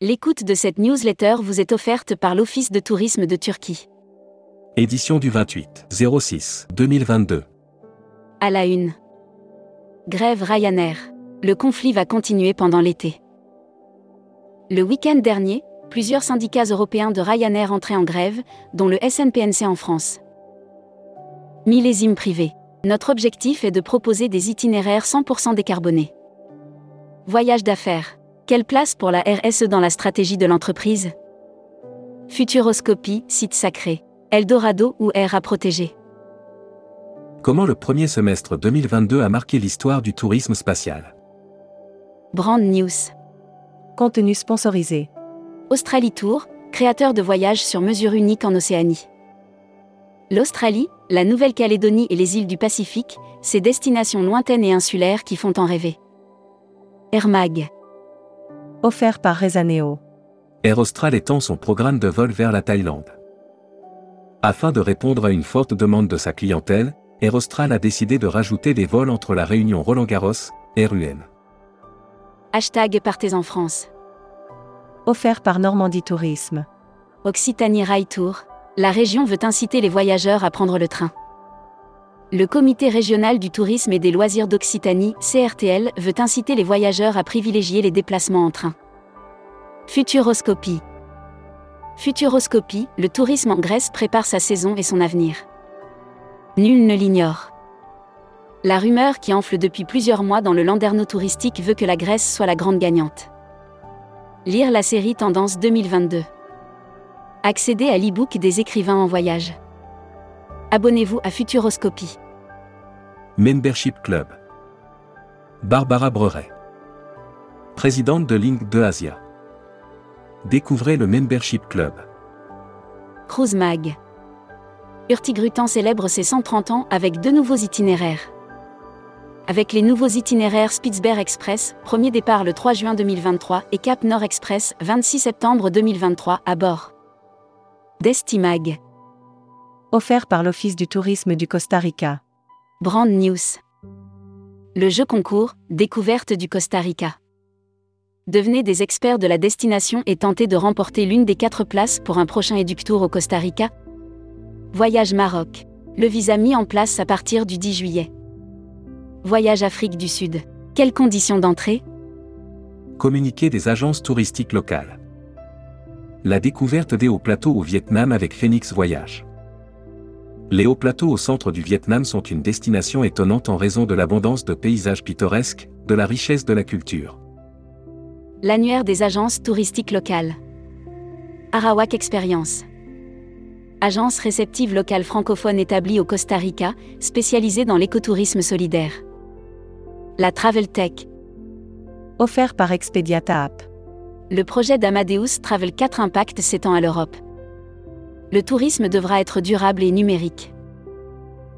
L'écoute de cette newsletter vous est offerte par l'Office de tourisme de Turquie. Édition du 28 06 2022. À la une. Grève Ryanair. Le conflit va continuer pendant l'été. Le week-end dernier, plusieurs syndicats européens de Ryanair entraient en grève, dont le SNPNC en France. Millésime privé. Notre objectif est de proposer des itinéraires 100% décarbonés. Voyage d'affaires. Quelle place pour la RSE dans la stratégie de l'entreprise Futuroscopie, site sacré. Eldorado ou air à protéger Comment le premier semestre 2022 a marqué l'histoire du tourisme spatial Brand News. Contenu sponsorisé. Australie Tour, créateur de voyages sur mesure unique en Océanie. L'Australie, la Nouvelle-Calédonie et les îles du Pacifique, ces destinations lointaines et insulaires qui font en rêver. Hermag. Offert par Rezaneo. Air Austral étend son programme de vol vers la Thaïlande. Afin de répondre à une forte demande de sa clientèle, Air Austral a décidé de rajouter des vols entre la Réunion Roland-Garros, RUM. Hashtag Partez en France. Offert par Normandie Tourisme. Occitanie Rail Tour, la région veut inciter les voyageurs à prendre le train. Le Comité régional du tourisme et des loisirs d'Occitanie, CRTL, veut inciter les voyageurs à privilégier les déplacements en train. Futuroscopie. Futuroscopie, le tourisme en Grèce prépare sa saison et son avenir. Nul ne l'ignore. La rumeur qui enfle depuis plusieurs mois dans le landerneau touristique veut que la Grèce soit la grande gagnante. Lire la série Tendance 2022. Accédez à l'e-book des écrivains en voyage. Abonnez-vous à Futuroscopie. Membership Club. Barbara Breuret. Présidente de Link 2 Asia. Découvrez le Membership Club. Cruise Mag. Hurtigruten célèbre ses 130 ans avec deux nouveaux itinéraires. Avec les nouveaux itinéraires Spitzberg Express, premier départ le 3 juin 2023 et Cap Nord Express 26 septembre 2023 à bord. Destimag. Offert par l'Office du tourisme du Costa Rica. Brand News. Le jeu concours, découverte du Costa Rica. Devenez des experts de la destination et tentez de remporter l'une des quatre places pour un prochain Educ Tour au Costa Rica. Voyage Maroc. Le visa mis en place à partir du 10 juillet. Voyage Afrique du Sud. Quelles conditions d'entrée Communiqué des agences touristiques locales. La découverte des hauts plateaux au Vietnam avec Phoenix Voyage. Les hauts plateaux au centre du Vietnam sont une destination étonnante en raison de l'abondance de paysages pittoresques, de la richesse de la culture. L'annuaire des agences touristiques locales. Arawak Experience. Agence réceptive locale francophone établie au Costa Rica, spécialisée dans l'écotourisme solidaire. La Travel Tech. Offert par Expedia App. Le projet d'Amadeus Travel 4 Impact s'étend à l'Europe. Le tourisme devra être durable et numérique.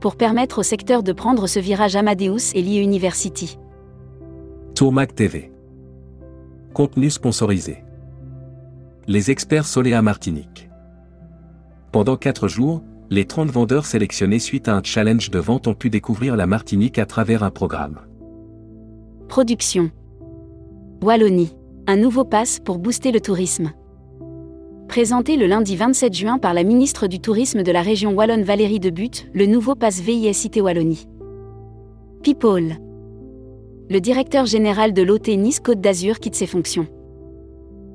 Pour permettre au secteur de prendre ce virage Amadeus et l'IE University. Tourmac TV. Contenu sponsorisé. Les experts Soléa Martinique. Pendant 4 jours, les 30 vendeurs sélectionnés suite à un challenge de vente ont pu découvrir la Martinique à travers un programme. Production. Wallonie. Un nouveau pass pour booster le tourisme. Présenté le lundi 27 juin par la ministre du Tourisme de la région Wallonne Valérie Debutte, le nouveau pass VISIT Wallonie. People. Le directeur général de l'OT Nice Côte d'Azur quitte ses fonctions.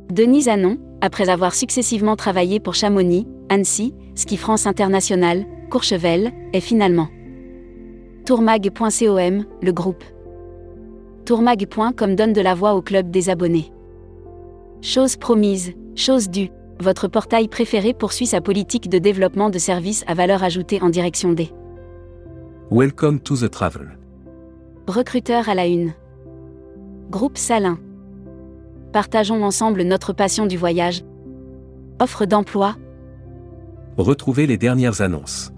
Denise Anon, après avoir successivement travaillé pour Chamonix, Annecy, Ski France International, Courchevel, est finalement tourmag.com, le groupe. Tourmag.com donne de la voix au club des abonnés. Chose promise, chose due, votre portail préféré poursuit sa politique de développement de services à valeur ajoutée en direction des Welcome to the Travel. recruteurs à la une. Groupe Salin. Partageons ensemble notre passion du voyage. Offre d'emploi, Retrouvez les dernières annonces.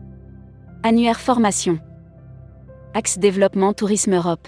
Annuaire formation. Axe développement Tourisme Europe.